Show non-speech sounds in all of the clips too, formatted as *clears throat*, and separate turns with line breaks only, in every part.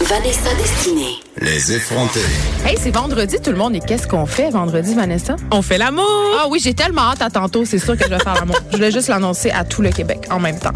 Vanessa Destinée.
les effrontés.
Hey, c'est vendredi, tout le monde. Et qu'est-ce qu'on fait vendredi, Vanessa?
On fait l'amour.
Ah oui, j'ai tellement hâte à tantôt, c'est sûr que je vais faire l'amour. Je voulais juste l'annoncer à tout le Québec en même temps.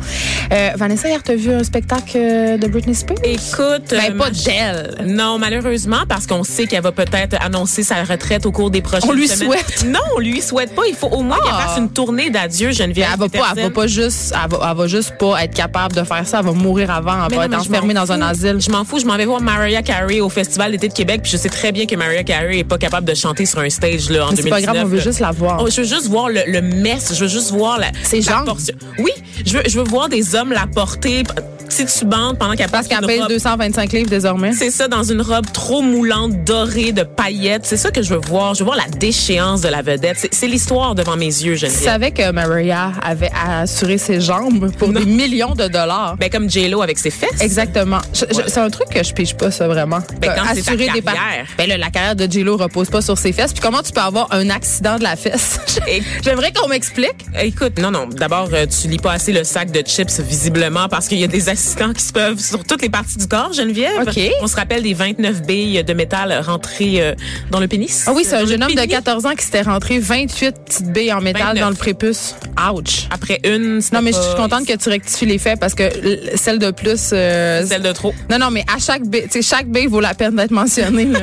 Euh, Vanessa, hier, t'as vu un spectacle euh, de Britney Spears?
Écoute,
Ben,
euh,
pas
ma-
d'elle.
Non, malheureusement, parce qu'on sait qu'elle va peut-être annoncer sa retraite au cours des prochaines
On lui
semaines.
souhaite.
Non, on lui souhaite pas. Il faut au moins
Ah.
qu'elle fasse une tournée d'adieu,
Mais
Geneviève.
elle va pas, elle va
Peterson.
pas juste, elle va, elle va juste pas être capable de faire ça. Elle va mourir avant, elle
Mais
va
non,
être
mais je
enfermée
m'en
dans un
fous.
asile.
Je m'en fous, je m'en vais voir Mariah Carey au Festival d'été de Québec, puis je sais très bien que Mariah Carey est pas capable de chanter sur un stage là, en
Mais c'est pas
2019.
grave, on veut
là.
juste la voir.
Oh, je veux juste voir le, le mess, je veux juste voir la,
Ses
la
jambes.
portion. Oui, je veux, je veux voir des hommes la porter p- titubante pendant qu'elle
Parce
porte
qu'elle
une
pèse
robe.
225 livres désormais.
C'est ça, dans une robe trop moulante, dorée, de paillettes. C'est ça que je veux voir. Je veux voir la déchéance de la vedette. C'est- C'est l'histoire devant mes yeux,
Tu
Geneviève.
savais que Maria avait assuré ses jambes pour des millions de dollars.
Ben, comme J-Lo avec ses fesses.
Exactement. Je- je- C'est un truc que je pige pas, ça, vraiment.
Ben, quand c'est ta
Assurer des par-
carrière.
Ben, là, la carrière de J-Lo repose pas sur ses fesses. Puis comment tu peux avoir un accident de la fesse? *laughs*
Et-
J'aimerais qu'on m'explique.
Euh, Écoute, non, non. D'abord, euh, tu lis pas assez le sac de chips, visiblement, parce qu'il y a des accidents qui se peuvent sur toutes les parties du corps, Geneviève.
OK.
On se rappelle des 29 billes de métal rentrées euh, dans le pénis.
Ah oui, c'est un jeune homme de
pénis.
14 ans qui s'était rentré 28 petites billes en métal
29.
dans le prépuce. Ouch.
Après une, c'était
Non, mais je suis
pas-
contente que tu rectifies les faits parce que l- celle de plus. euh,
Celle de trop.
Non, non, mais à chaque baie, tu sais, chaque baie vaut la peine d'être mentionnée.
*laughs*
là.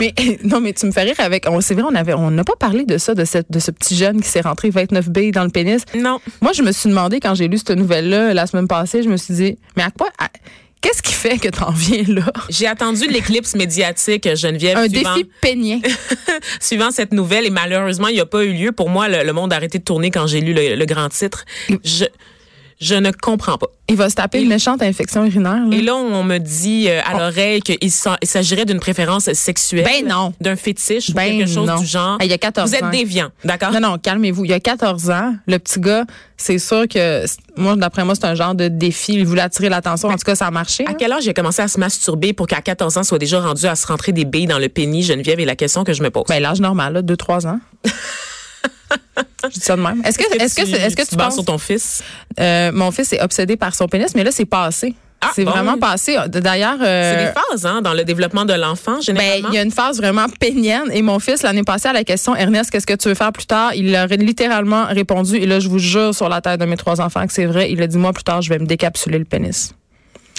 mais *laughs* non, mais tu me fais rire avec. on- C'est vrai, on avait, on n'a pas parlé de ça, de, cette, de ce petit jeune qui s'est rentré 29 baie dans le pénis.
Non.
Moi, je me suis demandé quand j'ai lu cette nouvelle-là la semaine passée, je me suis dit, mais à quoi, à- qu'est-ce qui fait que t'en viens là?
J'ai attendu l'éclipse médiatique, Geneviève.
Un
suivant-
défi peignien.
*laughs* suivant cette nouvelle et malheureusement, il n'y a pas eu lieu. Pour moi, le, le monde a arrêté de tourner quand j'ai lu le, le grand titre. Je, je ne comprends pas.
Il va se taper une méchante infection urinaire. là.
Et là, on me dit euh, à l'oreille qu'il s'en- il s'agirait d'une préférence sexuelle.
Ah. Ben non.
D'un fétiche
Ben
ou quelque chose
non.
du genre.
Ah, il y a 14
Vous êtes
ans.
déviant, d'accord?
Non, non, calmez-vous. Il y a 14 ans, le petit gars, c'est sûr que, c'est- moi, d'après moi, c'est un genre de défi. Il voulait attirer l'attention. En tout cas, ça a marché.
À
hein.
quel âge j'ai commencé à se masturber pour qu'à 14 ans, soit déjà rendu à se rentrer des billes dans le pénis, Geneviève, est la question que je me pose.
Ben, l'âge normal, là, 2-3
*laughs*
ans. Je dis ça de même. Est-ce que, est-ce que,
tu,
est-ce que tu,
bats
penses,
sur ton fils?
euh, mon fils est obsédé par son pénis, mais là, c'est passé.
Ah,
c'est
bon.
vraiment passé. D'ailleurs, euh,
C'est des phases, hein, dans le développement de l'enfant,
Ben,
généralement.
il y a une phase vraiment peignante. Et mon fils, l'année passée, à la question Ernest, qu'est-ce que tu veux faire plus tard Il a ré- littéralement répondu. Et là, je vous jure sur la tête de mes trois enfants que c'est vrai. Il a dit Moi, plus tard, je vais me décapsuler le pénis.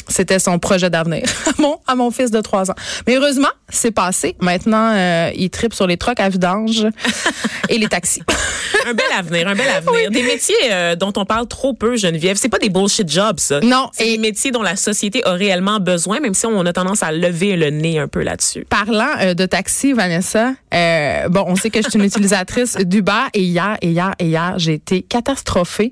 C'était son projet d'avenir *laughs* à mon, à mon fils de trois ans. Mais heureusement, c'est passé. Maintenant, euh, il tripe sur les trocs à vidange et les taxis.
un bel avenir, un bel avenir. Des métiers euh, dont on parle trop peu, Geneviève. C'est pas des bullshit jobs, ça.
Non,
C'est
et-
des métiers dont la société a réellement besoin, même si on a tendance à lever le nez un peu là-dessus.
Parlant euh, de taxi, Vanessa, euh, bon, on sait que je
*laughs*
suis une utilisatrice d'Uber et hier, et hier, et hier, j'ai été catastrophée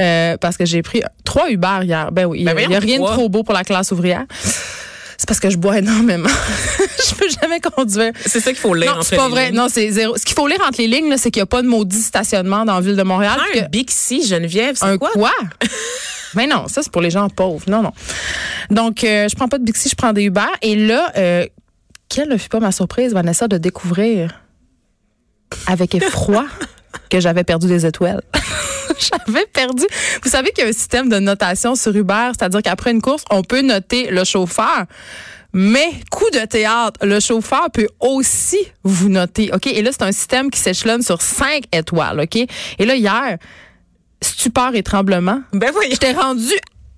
euh, parce que j'ai pris trois Uber hier. Ben oui, il
Ben
n'y a,
voyons,
rien de
trois.
trop beau pour la classe ouvrière. C'est parce que je bois énormément. *laughs* je peux jamais conduire.
C'est ça qu'il faut lire
Non,
entre
c'est pas
les
vrai.
lignes.
Non, c'est zéro. Ce qu'il faut lire entre les lignes, là, c'est qu'il n'y a pas de maudit stationnement dans la ville de Montréal.
Ah,
puis que-
un Bixi, Geneviève, c'est
un
quoi?
quoi? *laughs* Mais non, ça c'est pour les gens pauvres. Non, non. Donc, euh, je prends pas de Bixi, je prends des Uber. Et là, euh, quelle ne fut pas ma surprise, Vanessa, de découvrir avec *laughs* effroi que j'avais perdu des étoiles. *laughs* j'avais perdu. Vous savez qu'il y a un système de notation sur Uber, c'est-à-dire qu'après une course, on peut noter le chauffeur. Mais, coup de théâtre, le chauffeur peut aussi vous noter, OK? Et là, c'est un système qui s'échelonne sur cinq étoiles, OK? Et là, hier, stupeur et tremblement,
Ben voyons.
j'étais rendue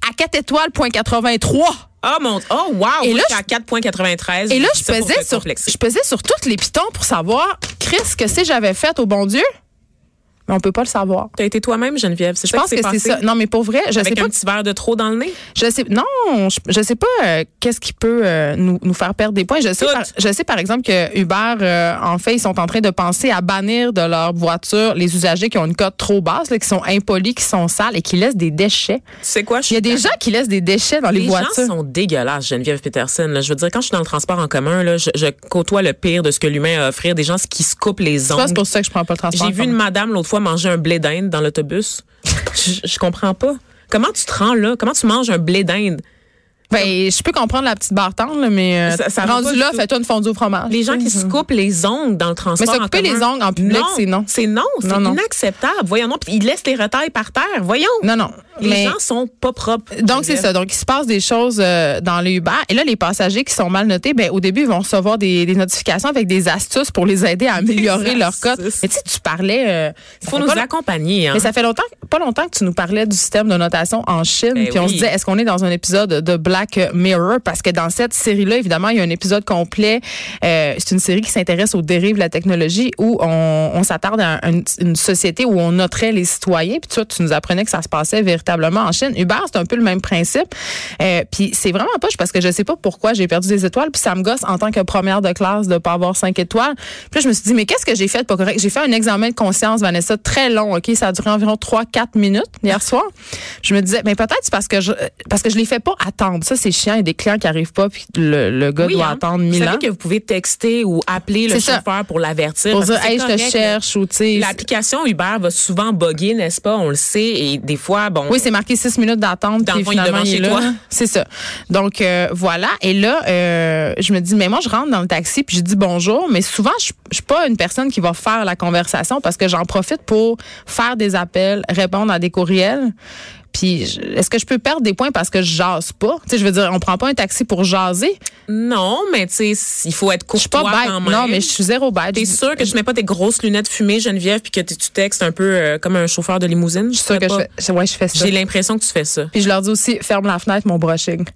à 4 étoiles, point 83.
Oh mon. Oh, wow.
Et
Moi,
là,
je suis à 4,93.
Et là, je
Ça pour
pesais
te
sur,
complexer.
je pesais sur toutes les pitons pour savoir, Chris, que c'est que j'avais fait au bon Dieu? Mais on peut pas le savoir.
T'as été toi-même, Geneviève. C'est
Je pense que c'est ça. Non, mais pour vrai, je sais
Avec
pas.
un petit verre de trop dans le nez.
Je sais non, je, je sais pas euh, qu'est-ce qui peut euh, nous, nous faire perdre des points. Je sais,
Tout.
par, je sais par exemple que Uber euh, en fait ils sont en train de penser à bannir de leur voiture les usagers qui ont une cote trop basse, là, qui sont impolis, qui sont sales et qui laissent des déchets.
Tu sais quoi? je
Il y a
suis
des gens qui laissent des déchets dans les,
Les
voitures.
gens sont dégueulasses, Geneviève Peterson. là. Je veux dire, quand je suis dans le transport en commun, là, je, je côtoie le pire de ce que l'humain a à offrir. Des gens qui se coupent les
Je pense que
ongles.
c'est pour ça que je prends pas le transport.
J'ai vu
en
une
commun.
madame l'autre fois manger un blé d'Inde dans l'autobus. *laughs* je, je comprends pas. Comment tu te rends là? Comment tu manges un blé d'Inde?
Ben, je peux comprendre la petite bartende, là, mais euh,
Ça- ça va pas
rendu
du
là,
tout.
fais-toi une fondue au fromage. Mm.
Les gens qui se coupent les ongles dans le transport.
Mhm. se
en
couper
commun.
les ongles en public, c'est non.
C'est non, c'est
Non, non.
inacceptable. Voyons, non. Puis ils laissent les retails par terre. Voyons.
Non, non.
Les
mais...
gens sont pas propres.
Donc, c'est
Geneviève.
ça. Donc, il se passe des choses euh, dans les Uber. Et là, les passagers qui sont mal notés, ben, au début, ils vont recevoir des, des notifications avec des astuces pour les aider à améliorer leur
astuces.
code. Mais tu sais, tu parlais. euh,
Il
ça
faut
fait
nous
pas long-
accompagner. Hein.
Mais ça fait longtemps, pas longtemps que tu nous parlais du système de notation en Chine.
Ben
puis on se
oui.
disait, est-ce qu'on est dans un épisode de Black Mirror? Parce que dans cette série-là, évidemment, il y a un épisode complet. Euh, c'est une série qui s'intéresse aux dérives de la technologie où on, on s'attarde à une, une société où on noterait les citoyens. Puis toi, tu nous apprenais que ça se passait véritablement en Chine. Uber, c'est un peu le même principe. Euh, puis c'est vraiment poche parce que je sais pas pourquoi j'ai perdu des étoiles. Puis ça me gosse en tant que première de classe de pas avoir cinq étoiles. Puis là, je me suis dit, mais qu'est-ce que j'ai fait de pas correct? J'ai fait un examen de conscience, Vanessa, très long, OK? Ça a duré environ 3-4 minutes hier soir. Je me disais, mais peut-être c'est parce que je parce que je les fais pas attendre. Ça, c'est chiant. Il y a des clients qui arrivent pas, puis le, le gars
Oui,
doit
hein.
attendre
Vous
mille
savez
ans.
que vous pouvez texter ou appeler le
C'est ça.
chauffeur pour l'avertir.
Pour
parce
dire,
que c'est
hey, je te
correct,
cherche, ou tu sais.
L'application Uber va souvent bugger, n'est-ce pas? On le sait. Et des fois, bon.
Oui, c'est marqué 6 minutes d'attente.
Dans
Puis
le fond, il est
finalement,
devant
il est
chez
là.
toi.
*laughs* C'est ça. Donc, euh, voilà. Et là, euh, je me dis, mais moi, je rentre dans le taxi puis je dis bonjour. Mais souvent, je je suis pas une personne qui va faire la conversation parce que j'en profite pour faire des appels, répondre à des courriels. Puis, je- est-ce que je peux perdre des points parce que je jase pas? Tu sais, je veux dire, on prend pas un taxi pour jaser.
Non, mais tu sais, il faut être
Je suis pas
courtois
bête.
quand même.
Non, mais je suis zéro bête.
T'es
Je-
sûre que tu mets pas tes grosses lunettes fumées, Geneviève, puis que t- tu textes un peu euh, comme un chauffeur de limousine?
je suis sûre que je fais, ouais, je fais ça.
J'ai l'impression que tu fais ça.
Puis je leur dis aussi, ferme la fenêtre, mon
*laughs*
brushing.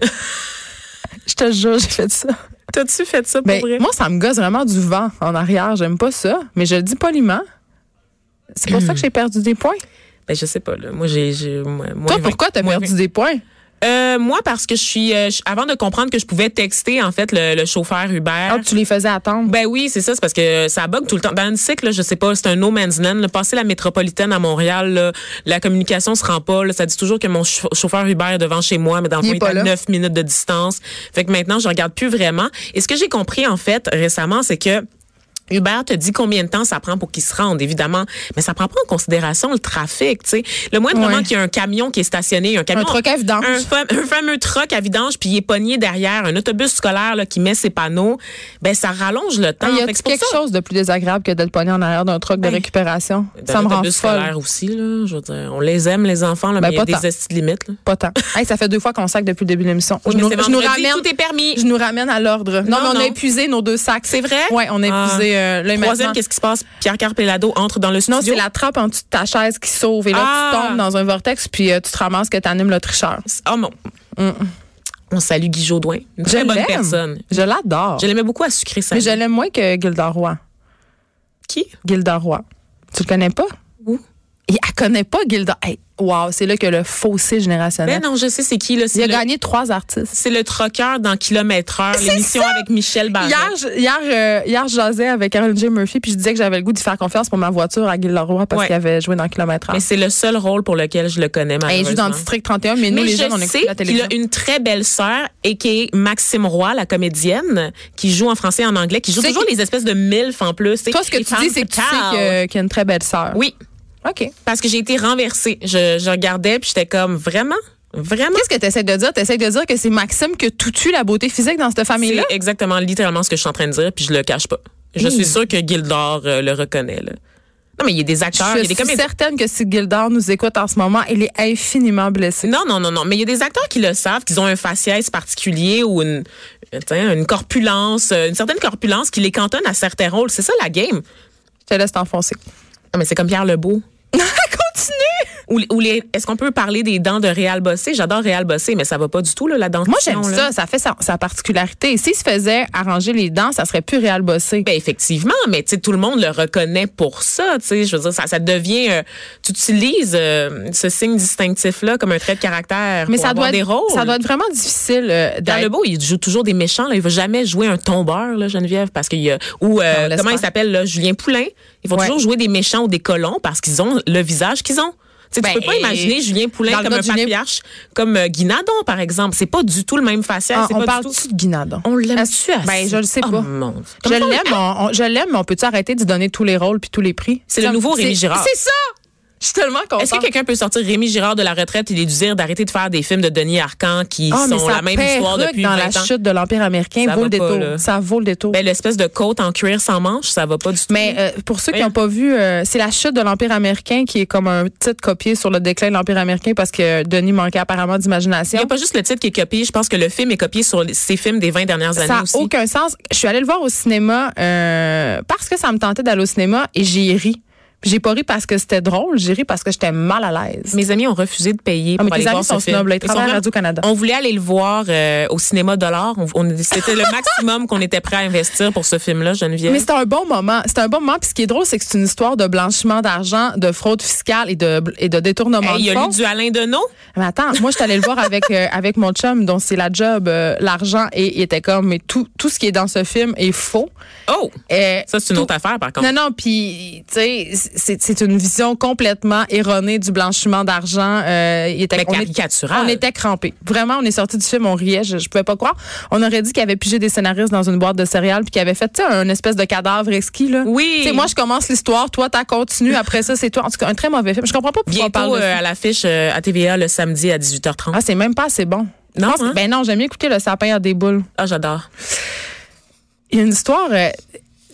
je te jure, j'ai fait ça.
T'as-tu fait ça pour
Ben, moi, ça me gosse vraiment du vent en arrière. J'aime pas ça, mais je le dis poliment. C'est pour ça que j'ai perdu des points.
Ben, je sais pas, là. Moi, j'ai. j'ai- moi- moi,
Toi,
vingt-
pourquoi t'as
moi,
perdu des points?
Euh, moi, parce que je suis. euh, je- avant de comprendre que je pouvais texter, en fait, le, le chauffeur Uber.
Ah, tu les faisais attendre.
Ben oui, c'est ça, c'est parce que ça bug tout le temps. Dans une cycle, là, je sais pas, c'est un no man's land. là. Passer la métropolitaine à Montréal, là, la communication se rend pas. là. Ça dit toujours que mon chau- chauffeur Uber est devant chez moi, mais dans le
Il
fond,
est
il est
pas là.
à 9 minutes de distance. Fait que maintenant, je regarde plus vraiment. Et ce que j'ai compris, en fait, récemment, c'est que Uber te dit combien de temps ça prend pour qu'ils se rendent, évidemment, mais ça prend pas en considération le trafic, tu sais. Le moindre
Ouais.
moment qu'il y a un camion qui est stationné, un camion,
truck à vidange.
un fam- un fameux truck à vidange, puis il est pogné derrière un autobus scolaire là, qui met ses panneaux, ben ça rallonge le temps.
Il Ah, y a
Fait que c'est pour
quelque
ça-
chose de plus désagréable que d'être pogné en arrière d'un truc de
Hey.
récupération.
Dans
Ça me rend
l'autobus
folle.
scolaire aussi, là, je veux dire, on les aime les enfants, là,
Ben,
mais il y a
pas tant.
des estis de limites. là.
Pas tant. Hey, ça fait deux fois qu'on sac depuis le début de l'émission.
Oui,
je,
mais
nous,
c'est
je nous
vendredi,
ramène,
tout est permis.
je nous ramène à l'ordre. Non,
Non,
mais on
non.
a épuisé nos deux sacs.
C'est vrai?
Oui, on a
Ah.
épuisé euh, là,
Troisième,
maintenant.
qu'est-ce qui se passe Pierre Carpellado entre dans le
Non,
studio.
c'est la trappe en dessous de ta chaise qui sauve. Et là, tu
Ah.
tombes dans un vortex, puis euh, tu te ramasses que t'animes le tricheur.
Oh non. On salue Guy Jodoin, une très bonne
l'aime.
personne.
Mm. Je l'adore.
Je l'aimais beaucoup à sucrer ça.
Mais je l'aime moins que Gilda Roy.
qui
Gilda Roy. Tu le connais pas?
Où?
Et elle connaît pas Gilda. Hey, wow, c'est là que le fossé générationnel.
Ben non, je sais c'est qui là,
Il a
c'est le,
gagné trois artistes.
c'est le troqueur dans Kilomètre Heure, l'émission avec Michel Barret.
Hier, je- hier, euh, hier, je jasais avec Caroline J. Murphy, puis je disais que j'avais le goût d'y faire confiance pour ma voiture à Gilda Roy parce
Ouais.
qu'il avait joué dans Kilomètre Heure.
Mais c'est le seul rôle pour lequel je le connais
Hey, Il
malheureusement.
joue dans le District 31, mais nous,
mais
les
je
jeunes, on écoute la
sais qu'il
télévision.
a une très belle sœur et qui est Maxime Roy, la comédienne, qui joue en français et en anglais, qui joue
Tu sais
toujours
que-
les espèces de milf en plus.
Toi, ce que tu
Et
dis,
femme
c'est que tu sais
fatale.
que- qu'il y a une très belle sœur.
Oui,
OK.
parce que j'ai été renversée. Je, je regardais puis j'étais comme vraiment, vraiment.
Qu'est-ce que tu essaies de dire? Tu essaies de dire que c'est Maxime que tout tue la beauté physique dans cette famille-là?
C'est exactement littéralement ce que je suis en train de dire, puis je le cache pas. Je suis sûre que Gildor euh, le reconnaît. Là. Non, mais il y a des acteurs,
Je
il y a des
suis
comédiens.
certaine que si Gildard nous écoute en ce moment, il est infiniment blessé.
Non, non, non, non. Mais il y a des acteurs qui le savent, qu'ils ont un faciès particulier ou une, euh, tiens, une corpulence, euh, une certaine corpulence qui les cantonne à certains rôles. C'est ça la game. *laughs* Ah,
Je te laisse t'enfoncer.
Non, mais c'est comme Pierre Lebeau.
Continue!
Ou, ou les, est-ce qu'on peut parler des dents de Réal Bossé? J'adore Réal Bossé, mais ça va pas du tout, là, la dentition.
Moi, j'aime
là.
ça. Ça fait sa, sa particularité. S'il se faisait arranger les dents, ça serait plus réel bossé.
Ben effectivement, mais tu sais, tout le monde le reconnaît pour ça. Tu sais, je veux dire, ça, ça devient, euh, tu utilises euh, ce signe distinctif là comme un trait de caractère.
mais
pour
ça
avoir
doit,
des
être,
rôles.
ça doit être vraiment difficile euh,
Dans le
d'être
beau, il joue toujours des méchants. Là. Il va jamais jouer un tombeur, là, Geneviève, parce qu'il y a ou euh,
Non, on laisse
comment il
faire.
s'appelle, là, Julien Poulain. Ils vont
Ouais.
toujours jouer des méchants ou des colons parce qu'ils ont le visage qu'ils ont. Tu sais,
Ben,
tu peux pas
et-
imaginer Julien
dans
Poulain
le
comme
cas
un
de Julien-
patriarche, comme euh, Guinadon, par exemple. C'est pas du tout le même facial.
Ah,
hein, c'est
on
pas
parle
du tout...
de Guinadon.
On l'aime-tu
Ben,
assez?
je le sais
Oh,
pas.
mon Dieu.
Je
Comment on-
l'aime, on- on- je l'aime, mais on peut-tu arrêter de donner tous les rôles puis tous les prix?
C'est le nouveau
C'est-
Rémi Girard.
C'est ça! Je suis tellement contente.
Est-ce que quelqu'un peut sortir Rémi Girard de la retraite et lui dire d'arrêter de faire des films de Denis Arcan qui
Ah, mais
sont
sa
la même histoire
perruque
depuis
dans
20
la
ans?
chute de l'Empire américain
Ça
vaut
va
le
pas,
détour.
là.
ça vaut le détour.
Ben, l'espèce de côte en cuir sans manche, ça va pas du tout.
mais euh, pour ceux qui
Voyons.
n'ont pas vu, euh, c'est la chute de l'Empire américain qui est comme un titre copié sur le déclin de l'Empire américain parce que Denis manquait apparemment
Il n'y a
d'imagination.
pas juste le titre qui est copié, je pense que le film est copié sur les- ces films des 20 dernières années
Ça n'a
aussi.
aucun sens. Je suis allée le voir au cinéma euh, parce que ça me tentait d'aller au cinéma et j'y ai ri. Puis J'ai pas ri parce que c'était drôle, j'ai ri parce que j'étais mal à l'aise.
Mes amis ont refusé de payer
Ah,
pour
mais tes
aller
amis
voir ce
sont
film.
snobs, là, ils
sont
travaillent à
vraiment-
Radio-Canada.
On voulait aller le voir euh, au cinéma Dollar. On, on- c'était le maximum qu'on était prêt à investir pour ce film-là, Geneviève.
Mais c'est un bon moment. C'est un bon moment. Puis ce qui est drôle, c'est que c'est une histoire de blanchiment d'argent, de fraude fiscale et de, et de détournement
Hey, il y
de
a
fonds.
lu du Alain Deneau.
Mais attends, moi, je suis allée le voir avec, euh, avec mon chum, dont c'est la job, euh, l'argent, et il était comme, mais tout, tout ce qui est dans ce film est faux.
Oh!
Euh,
Ça, c'est une
tout-
autre affaire, par contre.
Non, non, puis, tu sais, c'est c'est une vision complètement erronée du blanchiment d'argent. Euh, il était,
Mais
on est-
caricaturale.
On était crampés. Vraiment, on est sortis du film, on riait, je, je pouvais pas croire. On aurait dit qu'il avait pigé des scénaristes dans une boîte de céréales puis qu'il avait fait, tu sais, un espèce de cadavre exquis, là.
Oui.
Tu sais, moi, je commence l'histoire, toi, t'as continué, après ça, c'est toi. En tout cas, un très mauvais film. Je comprends pas pourquoi on parle
Bientôt
de
euh,
ça.
à l'affiche euh, à TVA le samedi à 18h30.
Ah, c'est même pas assez bon. Je
Non,
pense que-
hein?
Ben non, j'aime mieux écouter Le sapin à des boules.
Ah, j'adore.
Il y a une histoire. euh,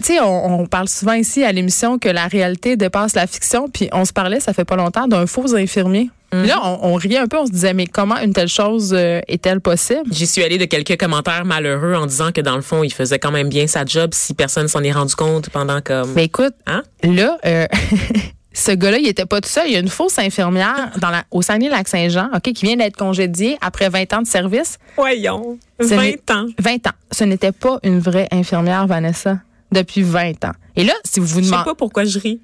tu sais, on, on parle souvent ici à l'émission que la réalité dépasse la fiction, puis on se parlait, ça fait pas longtemps, d'un faux infirmier.
Mhm.
Là, on, on riait un peu, on se disait, mais comment une telle chose euh, est-elle possible?
J'y suis allée de quelques commentaires malheureux en disant que dans le fond, il faisait quand même bien sa job si personne s'en est rendu compte pendant comme.
Mais écoute,
Hein?
là, euh, *laughs* ce gars-là, il était pas tout seul. Il y a une fausse infirmière dans la, au Saguenay-Lac-Saint-Jean, OK, qui vient d'être congédiée après 20 ans de service.
Voyons.
Ce
20
n'est-
ans.
20 ans. Ce n'était pas une vraie infirmière, Vanessa, depuis 20 ans. Et là, si vous
Je sais
demandez.
pas pourquoi je ris.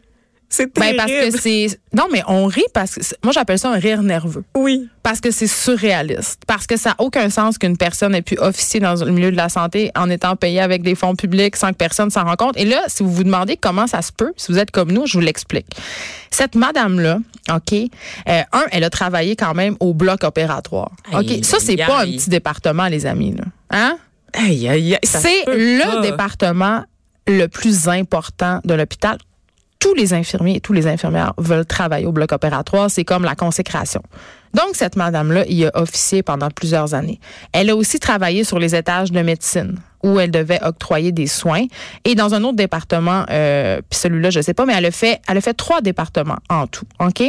C'est
Ben
terrible.
parce que c'est non mais on rit parce que c'est- moi j'appelle ça un rire nerveux
Oui.
parce que c'est surréaliste parce que ça a aucun sens qu'une personne ait pu officier dans le milieu de la santé en étant payée avec des fonds publics sans que personne s'en rende compte et là si vous vous demandez comment ça se peut si vous êtes comme nous je vous l'explique cette madame là ok euh, un elle a travaillé quand même au bloc opératoire ok
Aïe,
ça c'est
aïe,
pas un
aïe.
petit département les amis là hein
Aïe, aïe, aïe. ça
c'est
se peut
le
pas.
département le plus important de l'hôpital. Tous les infirmiers et tous les infirmières veulent travailler au bloc opératoire. C'est comme la consécration. Donc, cette madame-là y a officié pendant plusieurs années. Elle a aussi travaillé sur les étages de médecine où elle devait octroyer des soins. Et dans un autre département, euh, puis celui-là, je sais pas, mais elle a fait, elle a fait trois départements en tout. OK?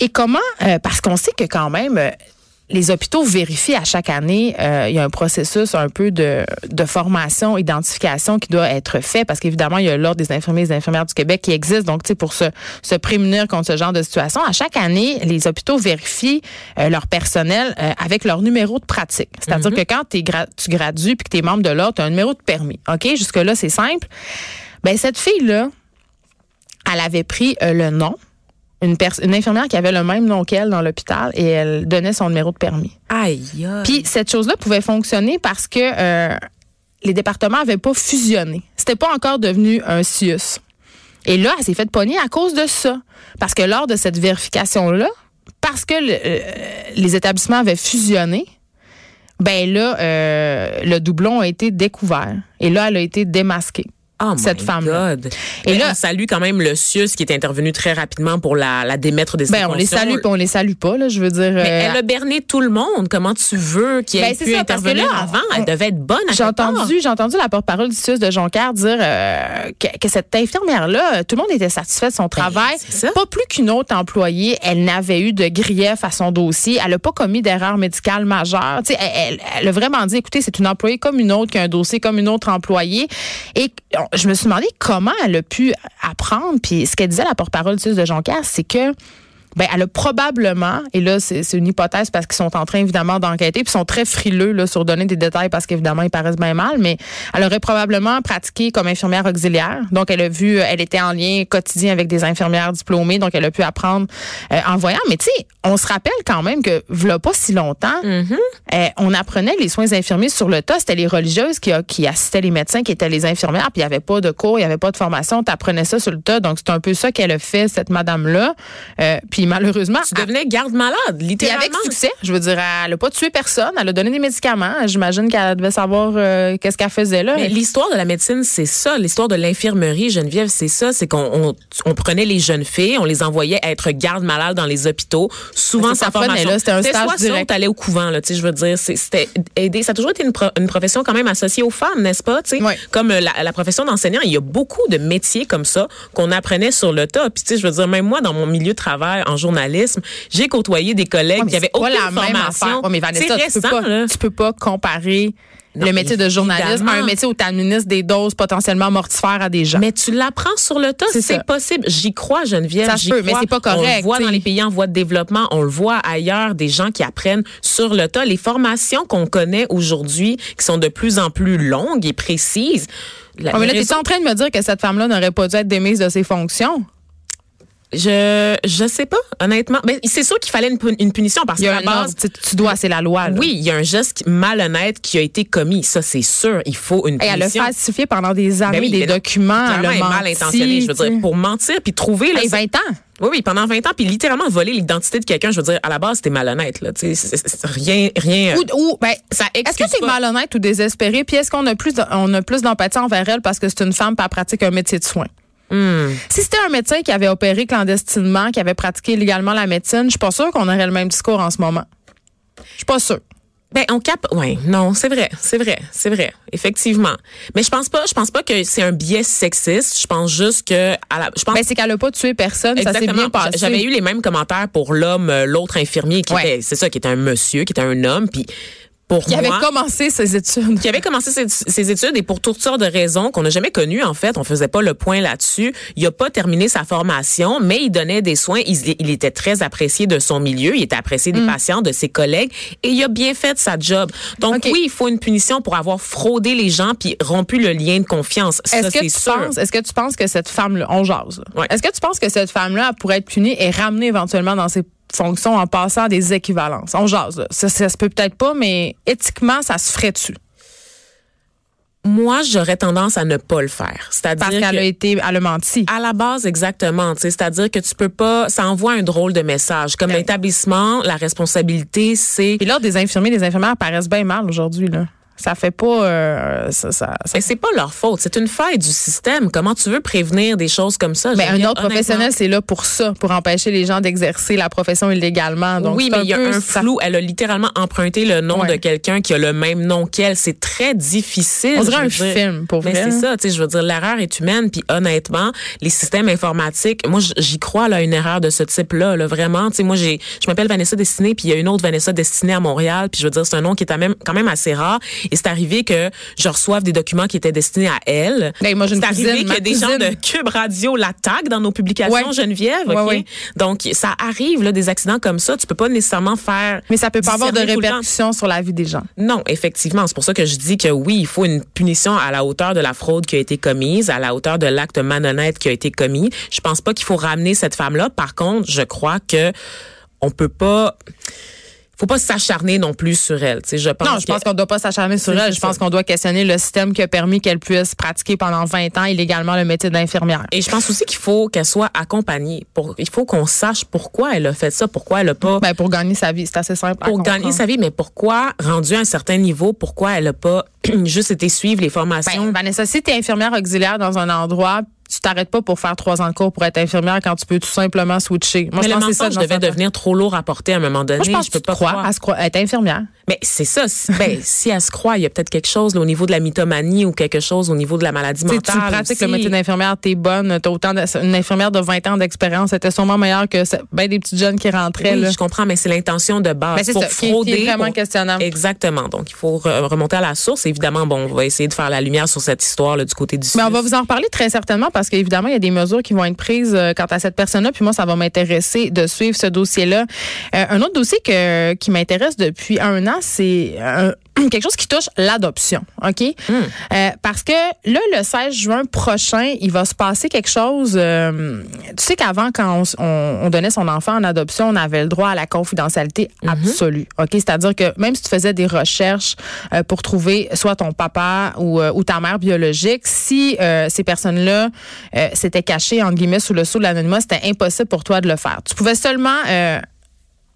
Et comment, euh, parce qu'on sait que quand même, euh, les hôpitaux vérifient à chaque année, euh, il y a un processus un peu de, de formation, identification qui doit être fait, parce qu'évidemment, il y a l'Ordre des infirmiers et des infirmières du Québec qui existe. Donc, tu sais, pour se, se prémunir contre ce genre de situation, à chaque année, les hôpitaux vérifient euh, leur personnel euh, avec leur numéro de pratique. C'est-à-dire que quand t'es gra- tu gradues puis que tu es membre de l'Ordre, tu as un numéro de permis. OK? Jusque-là, c'est simple. Ben, cette fille-là, elle avait pris euh, le nom une, pers- une infirmière qui avait le même nom qu'elle dans l'hôpital et elle donnait son numéro de permis.
Aïe, aïe.
Puis cette chose-là pouvait fonctionner parce que euh, les départements n'avaient pas fusionné. C'était pas encore devenu un CIUS. Et là, elle s'est faite pogner à cause de ça. Parce que lors de cette vérification-là, parce que le- euh, les établissements avaient fusionné, ben là, euh, le doublon a été découvert. Et là, elle a été démasquée.
Oh
cette
my
femme-là.
God.
Et
Et
là-
là, on salue quand même le CIUS qui est intervenu très rapidement pour la, la démettre des
Ben, on les
inconditions.
salue, puis on les salue pas, là, je veux dire.
Mais
euh,
elle a berné tout le monde. Comment tu veux qu'il
Ben,
ait
c'est
pu
ça, parce que
intervenir
là,
avant? Elle
on-
devait être bonne à
J'ai
quelque part.
entendu, j'ai entendu la porte-parole du CIUS de Jonquière dire euh, que, que cette infirmière-là, euh, tout le monde était satisfait de son travail.
Ben, c'est ça.
Pas plus qu'une autre employée, elle n'avait eu de grief à son dossier. Elle n'a pas commis d'erreur médicale majeure. Tu sais, elle, elle- elle a vraiment dit, écoutez, c'est une employée comme une autre qui a un dossier comme une autre employée. Et on- je me suis demandé comment elle a pu apprendre. Puis ce qu'elle disait la porte-parole du CIUS de Jonquière, c'est que Ben, elle a probablement, et là, c'est c'est une hypothèse parce qu'ils sont en train, évidemment, d'enquêter, puis ils sont très frileux là, sur donner des détails parce qu'évidemment, ils paraissent bien mal, mais elle aurait probablement pratiqué comme infirmière auxiliaire. Donc, elle a vu, euh, elle était en lien quotidien avec des infirmières diplômées, donc elle a pu apprendre euh, en voyant. Mais tu sais, on se rappelle quand même que, voilà pas si longtemps, euh, on apprenait les soins infirmiers sur le tas. C'était les religieuses qui, qui assistaient les médecins, qui étaient les infirmières, puis il n'y avait pas de cours, il n'y avait pas de formation. Tu apprenais ça sur le tas. Donc, c'est un peu ça qu'elle a fait, cette madame-là. Euh, puis malheureusement,
Tu devenais garde-malade,
puis
littéralement.
avec succès, je veux dire, elle n'a pas tué personne, elle a donné des médicaments. J'imagine qu'elle devait savoir euh, qu'est-ce qu'elle faisait là.
Mais l'histoire de la médecine, c'est ça. L'histoire de l'infirmerie, Geneviève, c'est ça. C'est qu'on on, on prenait les jeunes filles, on les envoyait être garde-malades dans les hôpitaux. Souvent,
C'est
ça
pas fun,
formation.
là, c'était un stage
soit ça,
direct.
ou t'allais au couvent, là, tu sais, je veux dire. c'est- C'était aider. Ça a toujours été une, pro- une profession quand même associée aux femmes, n'est-ce pas? tu sais?
Oui.
Comme euh, la, la profession d'enseignant, il y a beaucoup de métiers comme ça qu'on apprenait sur le tas. Puis, tu sais, je veux dire, même moi, dans mon milieu de travail en journalisme, j'ai côtoyé des collègues
Ouais, mais
qui avaient
c'est pas
aucune
la même
formation.
affaire. Ouais, mais Vanessa,
c'est
tu peux,
récent,
pas,
là.
tu peux pas comparer
Non,
le métier de journaliste à un
évidemment.
métier où tu administres des doses potentiellement mortifères à des gens.
Mais tu l'apprends sur le tas,
C'est ça.
c'est possible. J'y crois, Geneviève.
Ça se
j'y
peut, mais
crois.
c'est pas
On
correct,
le voit
t'sais.
dans les pays en voie de développement, on le voit ailleurs, des gens qui apprennent sur le tas. Les formations qu'on connaît aujourd'hui, qui sont de plus en plus longues et précises. la-
Ah, mais là,
les
t'es-tu en train de me dire que cette femme-là n'aurait pas dû être démise de ses fonctions?
Je je sais pas, honnêtement. Mais c'est sûr qu'il fallait une, pu- une punition parce
Il
que
y a
la
un ordre,
base.
tu tu dois, c'est la loi. là.
Oui, il y a un geste malhonnête qui a été commis. Ça, c'est sûr. Il faut une
Hey, elle a
punition.
falsifié pendant des années
Ben oui,
des
mais non,
documents, elle
clairement,
a
elle est mal
menti,
intentionnée, je veux
tu
dire,
sais.
pour mentir puis trouver. Là,
Hey,
c'est-
20 ans.
Oui, oui, pendant 20 ans, puis littéralement voler l'identité de quelqu'un, je veux dire, à la base, c'était malhonnête, là. Tu sais, c'est- c'est- c'est rien, rien.
Ou, ou- ben,
Ça
est-ce que
excuse
c'est
pas.
malhonnête ou désespéré? Puis est-ce qu'on a plus, de- on a plus d'empathie envers elle parce que c'est une femme pas pratique un métier de soin?
Hmm.
Si c'était un médecin qui avait opéré clandestinement, qui avait pratiqué illégalement la médecine, je suis pas sûre qu'on aurait le même discours en ce moment. Je suis pas sûre.
Ben, on cap, ouais, non, c'est vrai, c'est vrai, c'est vrai, effectivement. Mais je pense pas, je pense pas que c'est un biais sexiste. Je pense juste que, à la, je pense.
Mais c'est qu'elle a pas tué personne, Ben, ça s'est
Ah. Exactement.
bien passé.
J'avais eu les mêmes commentaires pour l'homme, euh, l'autre infirmier, qui
Ouais.
était, c'est ça, qui était un monsieur, qui était un homme, puis pour
qui
moi.
avait commencé ses études.
qui avait commencé ses, ses études et pour toutes sortes de raisons qu'on n'a jamais connues, en fait, on faisait pas le point là-dessus. Il a pas terminé sa formation, mais il donnait des soins. Il, il était très apprécié de son milieu. Il était apprécié
Mm.
des patients, de ses collègues et il a bien fait sa job. Donc
Ok.
oui, il faut une punition pour avoir fraudé les gens puis rompu le lien de confiance. Ça,
Est-ce que,
c'est
tu
sûr.
penses, est-ce que tu penses que cette femme-là, on jase, là.
Ouais.
est-ce que tu penses que cette femme-là elle pourrait être punie et ramenée éventuellement dans ses fonctions en passant à des équivalences? On jase, là. Ça, ça se peut peut-être pas, mais éthiquement, ça se ferait-tu?
Moi, j'aurais tendance à ne pas le faire. C'est-à-dire
Parce qu'elle
que- Ah.
a été, elle a menti.
À la base, exactement. tu sais, C'est-à-dire que tu peux pas. Ça envoie un drôle de message. Comme
Ouais.
l'établissement, la responsabilité, c'est.
Puis là, des infirmiers, des infirmières paraissent bien mal aujourd'hui, là. Ça fait pas, euh, ça, ça- ça-
Mais c'est pas leur faute. C'est une faille du système. Comment tu veux prévenir des choses comme ça?
Mais Ben, un
Geneviève,
autre professionnel, c'est là pour ça, pour empêcher les gens d'exercer la profession illégalement.
honnêtement?
Donc,
oui,
c'est
mais il y a
peu
un
ça.
flou. Elle a littéralement emprunté le nom
Ouais.
de quelqu'un qui a le même nom qu'elle. C'est très difficile.
On dirait
je
un
veux dire.
film, pour
Mais
vrai. hein.
c'est ça, tu sais, je veux dire, l'erreur est humaine, puis honnêtement, les systèmes informatiques, moi, j- j'y crois, là, une erreur de ce type-là, là, vraiment. Tu sais, moi, j'ai, je m'appelle Vanessa Destinée, puis il y a une autre Vanessa Destinée à Montréal, puis je veux dire, c'est un nom qui est à même, quand même assez rare, et c'est arrivé que je reçoive des documents qui étaient destinés à elle.
Ben, moi, j'ai une
C'est arrivé
cousine,
que
ma
des gens
cousine.
de Cube Radio l'attaquent dans nos publications,
Ouais.
Geneviève, OK?
Ouais, ouais.
Donc, ça arrive, là, des accidents comme ça, tu peux pas nécessairement faire...
Mais ça peut pas avoir de
discerner tout le temps.
répercussions sur la vie des gens.
Non, effectivement. C'est pour ça que je dis que oui, il faut une punition à la hauteur de la fraude qui a été commise, à la hauteur de l'acte malhonnête qui a été commis. Je pense pas qu'il faut ramener cette femme-là. Par contre, je crois que on peut pas. Faut pas s'acharner non plus sur elle. Tu sais, je pense.
Non, je pense
que-
qu'on ne doit pas s'acharner sur
C'est-
elle.
c'est
Je pense
ça.
qu'on doit questionner le système qui a permis qu'elle puisse pratiquer pendant 20 ans illégalement le métier d'infirmière.
Et je pense aussi qu'il faut qu'elle soit accompagnée. Pour, il faut qu'on sache pourquoi elle a fait ça, pourquoi elle a pas.
Ben, pour gagner sa vie, c'est assez simple. à
pour gagner
comprendre.
sa vie, mais pourquoi, rendu à un certain niveau, pourquoi elle a pas *clears throat* juste été suivre les formations?
Ben, Vanessa, si tu es infirmière auxiliaire dans un endroit, tu t'arrêtes pas pour faire trois ans de cours pour être infirmière quand tu peux tout simplement switcher. Moi, je
mais le
pense que c'est ça
mensonge
dans
devait
certains-
devenir trop lourd à porter à un moment donné.
Moi, je pense
peux
que tu
pas
crois
croire.
à se croire- à être infirmière.
Ben, c'est ça. Si-
*laughs*
Ben, si elle se croit, il y a peut-être quelque chose là, au niveau de la mythomanie ou quelque chose au niveau de la maladie
Tu sais,
mentale.
tu pratiques
aussi.
le métier d'infirmière, t'es bonne, t'as autant de- une infirmière de 20 ans d'expérience, était sûrement meilleure que ce- ben des petites jeunes qui rentraient.
Oui,
là.
je comprends, mais c'est l'intention de base
Ben, c'est
pour
ça, qui- qui est
frauder.
vraiment
pour-
questionnable.
Exactement. Donc, il faut re- remonter à la source. Évidemment, bon, on va essayer de faire la lumière sur cette histoire là, du côté du
Mais Ben, on
Suisse.
va vous en reparler très certainement parce qu'évidemment, il y a des mesures qui vont être prises euh, quant à cette personne-là. Puis moi, ça va m'intéresser de suivre ce dossier-là. Euh, un autre dossier que, qui m'intéresse depuis un an, c'est euh, *clears throat* quelque chose qui touche l'adoption. OK? Euh, parce que là, le 16 juin prochain, il va se passer quelque chose. euh, tu sais qu'avant, quand on, s- on- on donnait son enfant en adoption, on avait le droit à la confidentialité absolue. OK? C'est-à-dire que même si tu faisais des recherches euh, pour trouver soit ton papa ou, euh, ou ta mère biologique, si euh, ces personnes-là euh, s'étaient cachées, entre guillemets, sous le sceau de l'anonymat, c'était impossible pour toi de le faire. Tu pouvais seulement... euh,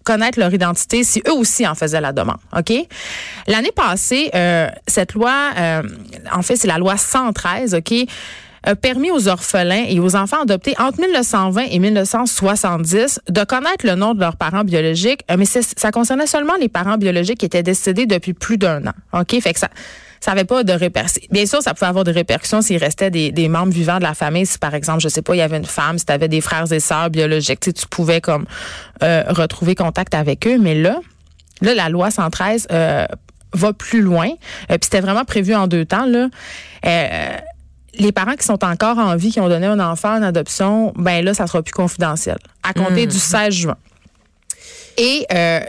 connaître leur identité si eux aussi en faisaient la demande. OK? L'année passée, euh, cette loi, euh, en fait, c'est la loi 113, OK? a permis aux orphelins et aux enfants adoptés entre 1920 et 1970 de connaître le nom de leurs parents biologiques, euh, mais c'est- ça concernait seulement les parents biologiques qui étaient décédés depuis plus d'un an. OK? Fait que ça ça n'avait pas de répercussions. Bien sûr, ça pouvait avoir des répercussions s'il restait des, des membres vivants de la famille. Si, par exemple, je sais pas, il y avait une femme, si tu avais des frères et sœurs biologiques, tu sais, tu pouvais comme euh, retrouver contact avec eux. Mais là, là la loi 113 euh, va plus loin. Euh, Puis c'était vraiment prévu en deux temps. Là. Euh, les parents qui sont encore en vie, qui ont donné un enfant en adoption, ben là, ça sera plus confidentiel. À compter du 16 juin. Et euh,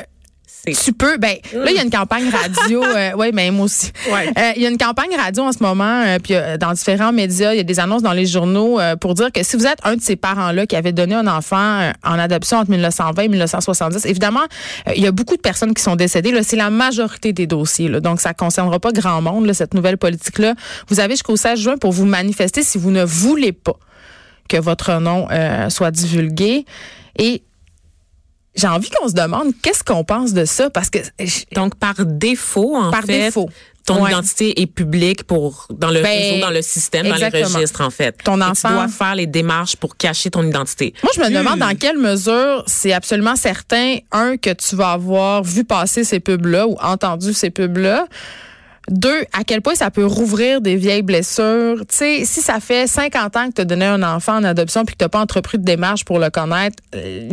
C'est-
tu peux. Ben, là, il y a une campagne radio. euh, ouais, mais moi aussi. Euh, Il
Ouais.
y a une campagne radio en ce moment, euh, puis euh, dans différents médias, il y a des annonces dans les journaux euh, pour dire que si vous êtes un de ces parents-là qui avait donné un enfant euh, en adoption entre 1920 et 1970, évidemment, euh, il y a beaucoup de personnes qui sont décédées. Là, c'est la majorité des dossiers. Là, donc, ça concernera pas grand monde là, cette nouvelle politique-là. Vous avez jusqu'au 16 juin pour vous manifester si vous ne voulez pas que votre nom euh, soit divulgué. Et j'ai envie qu'on se demande qu'est-ce qu'on pense de ça parce que je-
Donc, par défaut, en
Par
fait,
défaut.
ton
Ouais.
identité est publique pour, dans le
Ben,
réseau, dans le système, dans
exactement.
les registres, en fait.
Ton
Et
enfant-
Tu dois faire les démarches pour cacher ton identité.
moi je me demande dans quelle mesure c'est absolument certain un que tu vas avoir vu passer ces pubs là ou entendu ces pubs là. Deux, à quel point ça peut rouvrir des vieilles blessures. Tu sais, si ça fait 50 ans que tu as donné un enfant en adoption puis que tu n'as pas entrepris de démarche pour le connaître, euh,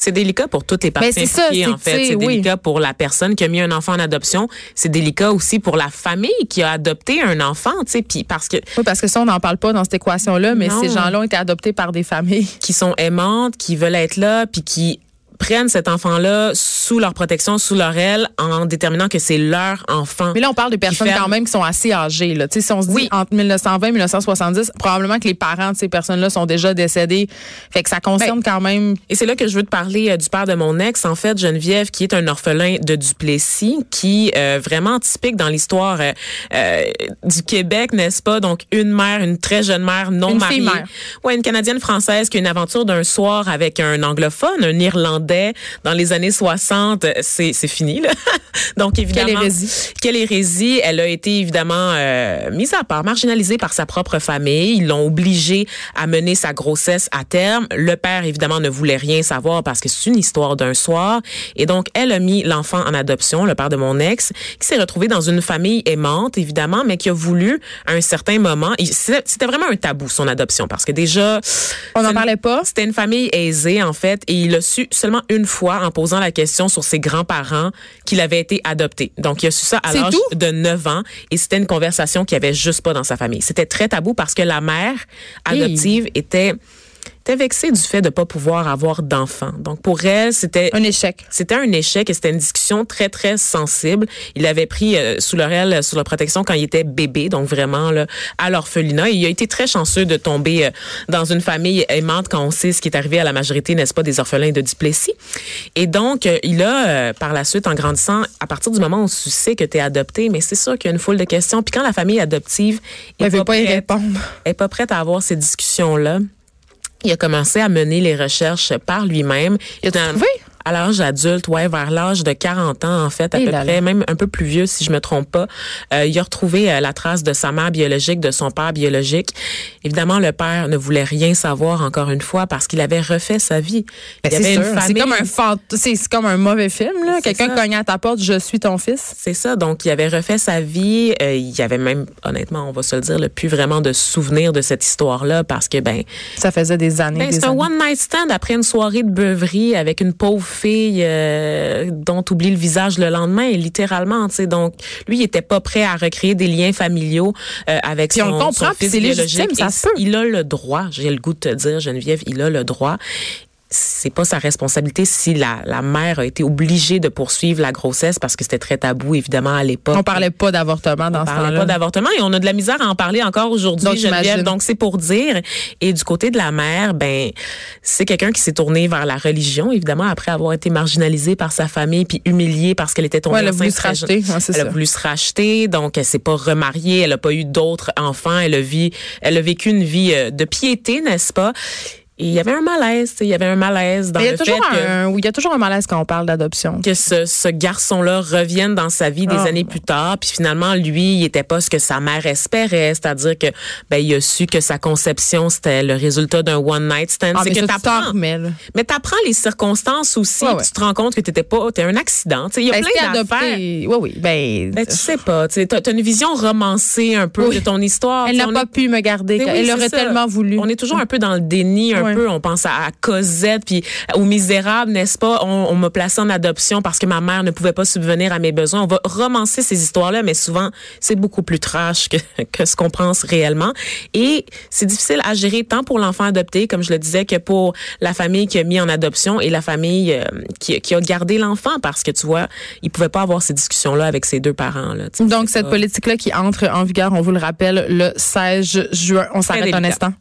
C'est délicat pour toutes les parties
Ben, c'est ça,
impliquées,
c'est
en
que, tu
fait.
sais,
C'est
oui.
délicat pour la personne qui a mis un enfant en adoption. C'est délicat aussi pour la famille qui a adopté un enfant, tu sais, puis parce que
oui, parce que ça, on n'en parle pas dans cette équation-là, mais
Non.
ces gens-là ont été adoptés par des familles.
qui sont aimantes, qui veulent être là, puis qui prennent cet enfant-là sous leur protection, sous leur aile, en déterminant que c'est leur enfant.
Mais là, on parle de personnes
ferment.
quand même qui sont assez âgées. Là. Tu sais, Si on se dit
Oui.
entre 1920 et 1970, probablement que les parents de ces personnes-là sont déjà décédés. Fait que ça concerne quand même.
Et c'est là que je veux te parler euh, du père de mon ex, en fait, Geneviève, qui est un orphelin de Duplessis, qui euh, vraiment typique dans l'histoire euh, euh, du Québec, n'est-ce pas? Donc, une mère, une très jeune mère non
Une
mariée.
fille mère.
Ouais, une Canadienne française qui a une aventure d'un soir avec un anglophone, un Irlandais, dans les années 60. Euh, C'est, c'est fini, là. *laughs* Donc, évidemment.
hérésie.
Quelle hérésie. Elle a été, évidemment, euh, mise à part, marginalisée par sa propre famille. Ils l'ont obligée à mener sa grossesse à terme. Le père, évidemment, ne voulait rien savoir parce que c'est une histoire d'un soir. Et donc, elle a mis l'enfant en adoption, le père de mon ex, qui s'est retrouvé dans une famille aimante, évidemment, mais qui a voulu, à un certain moment, il- c'était c'était vraiment un tabou, son adoption, parce que déjà...
On n'en
c'est-
parlait pas.
c'était une famille aisée, en fait, et il l'a su seulement une fois en posant la question sur ses grands-parents qu'il avait été adopté. Donc, il a su ça à
C'est
l'âge
tout?
de 9 ans, et c'était une conversation qu'il n'y avait juste pas dans sa famille. C'était très tabou parce que la mère
Hey.
adoptive était, était vexée du fait de ne pas pouvoir avoir d'enfant. Donc, pour elle, c'était
Un échec.
c'était un échec et c'était une discussion très, très sensible. Il avait pris euh, sous leur aile, euh, sous leur protection quand il était bébé, donc vraiment là, à l'orphelinat. Et Il a été très chanceux de tomber euh, dans une famille aimante quand on sait ce qui est arrivé à la majorité, n'est-ce pas, des orphelins de Duplessis. Et donc, euh, il a, euh, par la suite, en grandissant, à partir du moment où tu sais que tu es adopté, mais c'est sûr qu'il y a une foule de questions. Puis quand la famille adoptive est
Elle veut pas y
prête-
répondre.
est pas prête à avoir ces discussions-là. Il a commencé à mener les recherches par lui-même.
Il a-tu
Finalement-
trouvé?
à l'âge adulte, ouais, vers l'âge de 40 ans, en fait, à
Et
peu
Eh là là.
près, même un peu plus vieux, si je me trompe pas, euh, il a retrouvé euh, la trace de sa mère biologique, de son père biologique. Évidemment, le père ne voulait rien savoir, encore une fois, parce qu'il avait refait sa vie.
Ben,
il y avait
c'est
une
sûr. C'est
famille.
comme un fant- c'est c'est comme un mauvais film là.
C'est
Quelqu'un
ça.
cogne à ta porte, je suis ton fils.
C'est ça. Donc, il avait refait sa vie. Euh, il y avait même, honnêtement, on va se le dire, le plus vraiment de souvenirs de cette histoire-là parce que, ben,
Ça faisait des années.
ben,
des
c'est un
années.
one-night stand après une soirée de beuverie avec une pauvre fille euh, dont oublie le visage le lendemain, et littéralement. tu sais. Donc, lui, il était pas prêt à recréer des liens familiaux euh, avec
Puis
son,
on le comprend,
son
puis
fils
c'est
biologique.
légitime, ça
Et
se peut.
Il a le droit, j'ai le goût de te dire, Geneviève, il a le droit. C'est pas sa responsabilité si la, la mère a été obligée de poursuivre la grossesse parce que c'était très tabou, évidemment, à l'époque.
On parlait pas d'avortement dans ce
On parlait pas
temps-là.
d'avortement et on a de la misère à en parler encore
Donc,
aujourd'hui, Geneviève.
j'imagine.
Donc, c'est pour dire. Et du côté de la mère, ben, c'est quelqu'un qui s'est tourné vers la religion, évidemment, après avoir été marginalisée par sa famille puis humiliée parce qu'elle était tombée
Ouais, elle a voulu
enceinte
se
très jeune.
racheter. Ouais, c'est
Elle a
ça.
voulu se racheter, donc elle s'est pas remariée, elle a pas eu d'autres enfants, elle a, vit- elle a vécu une vie euh, de piété, n'est-ce pas? Et il y avait un malaise, tu sais, il y avait un malaise dans
Mais Il y, a
le fait
toujours
que
un, oui, il y a toujours un malaise quand on parle d'adoption.
que ce, ce garçon-là revienne dans sa vie des
Ah.
années plus tard, puis finalement lui, il était pas ce que sa mère espérait, c'est-à-dire que ben il a su que sa conception c'était le résultat d'un one night stand,
Ah,
c'est
mais
que
ça, tu t'en
t'apprends,
remets, là.
mais t'apprends les circonstances aussi,
Ouais,
puis
ouais.
tu te rends compte que t'étais pas, t'es un accident, tu sais, il y a
Ben, si t'es
plein d'affaires.
adopté, oui, oui. Ben,
Ben, tu sais pas, tu sais, t'as t'as une vision romancée un peu
Oui.
de ton histoire.
elle
tu sais,
n'a
on
pas
est-
pu me garder.
Mais oui,
elle
c'est
aurait
ça.
tellement voulu.
on est toujours un peu dans le déni,
Ouais.
un peu. On pense à, à Cosette, puis aux misérables, n'est-ce pas? On, on m'a placé en adoption parce que ma mère ne pouvait pas subvenir à mes besoins. On va romancer ces histoires-là, mais souvent, c'est beaucoup plus trash que, *laughs* que ce qu'on pense réellement. Et c'est difficile à gérer tant pour l'enfant adopté, comme je le disais, que pour la famille qui a mis en adoption et la famille euh, qui, qui a gardé l'enfant parce que, tu vois, ils pouvaient pas avoir ces discussions-là avec ses deux parents-là. tu sais.
Donc,
C'est
cette
pas-
politique-là qui entre en vigueur, on vous le rappelle, le 16 juin. On s'arrête un
délicat.
instant.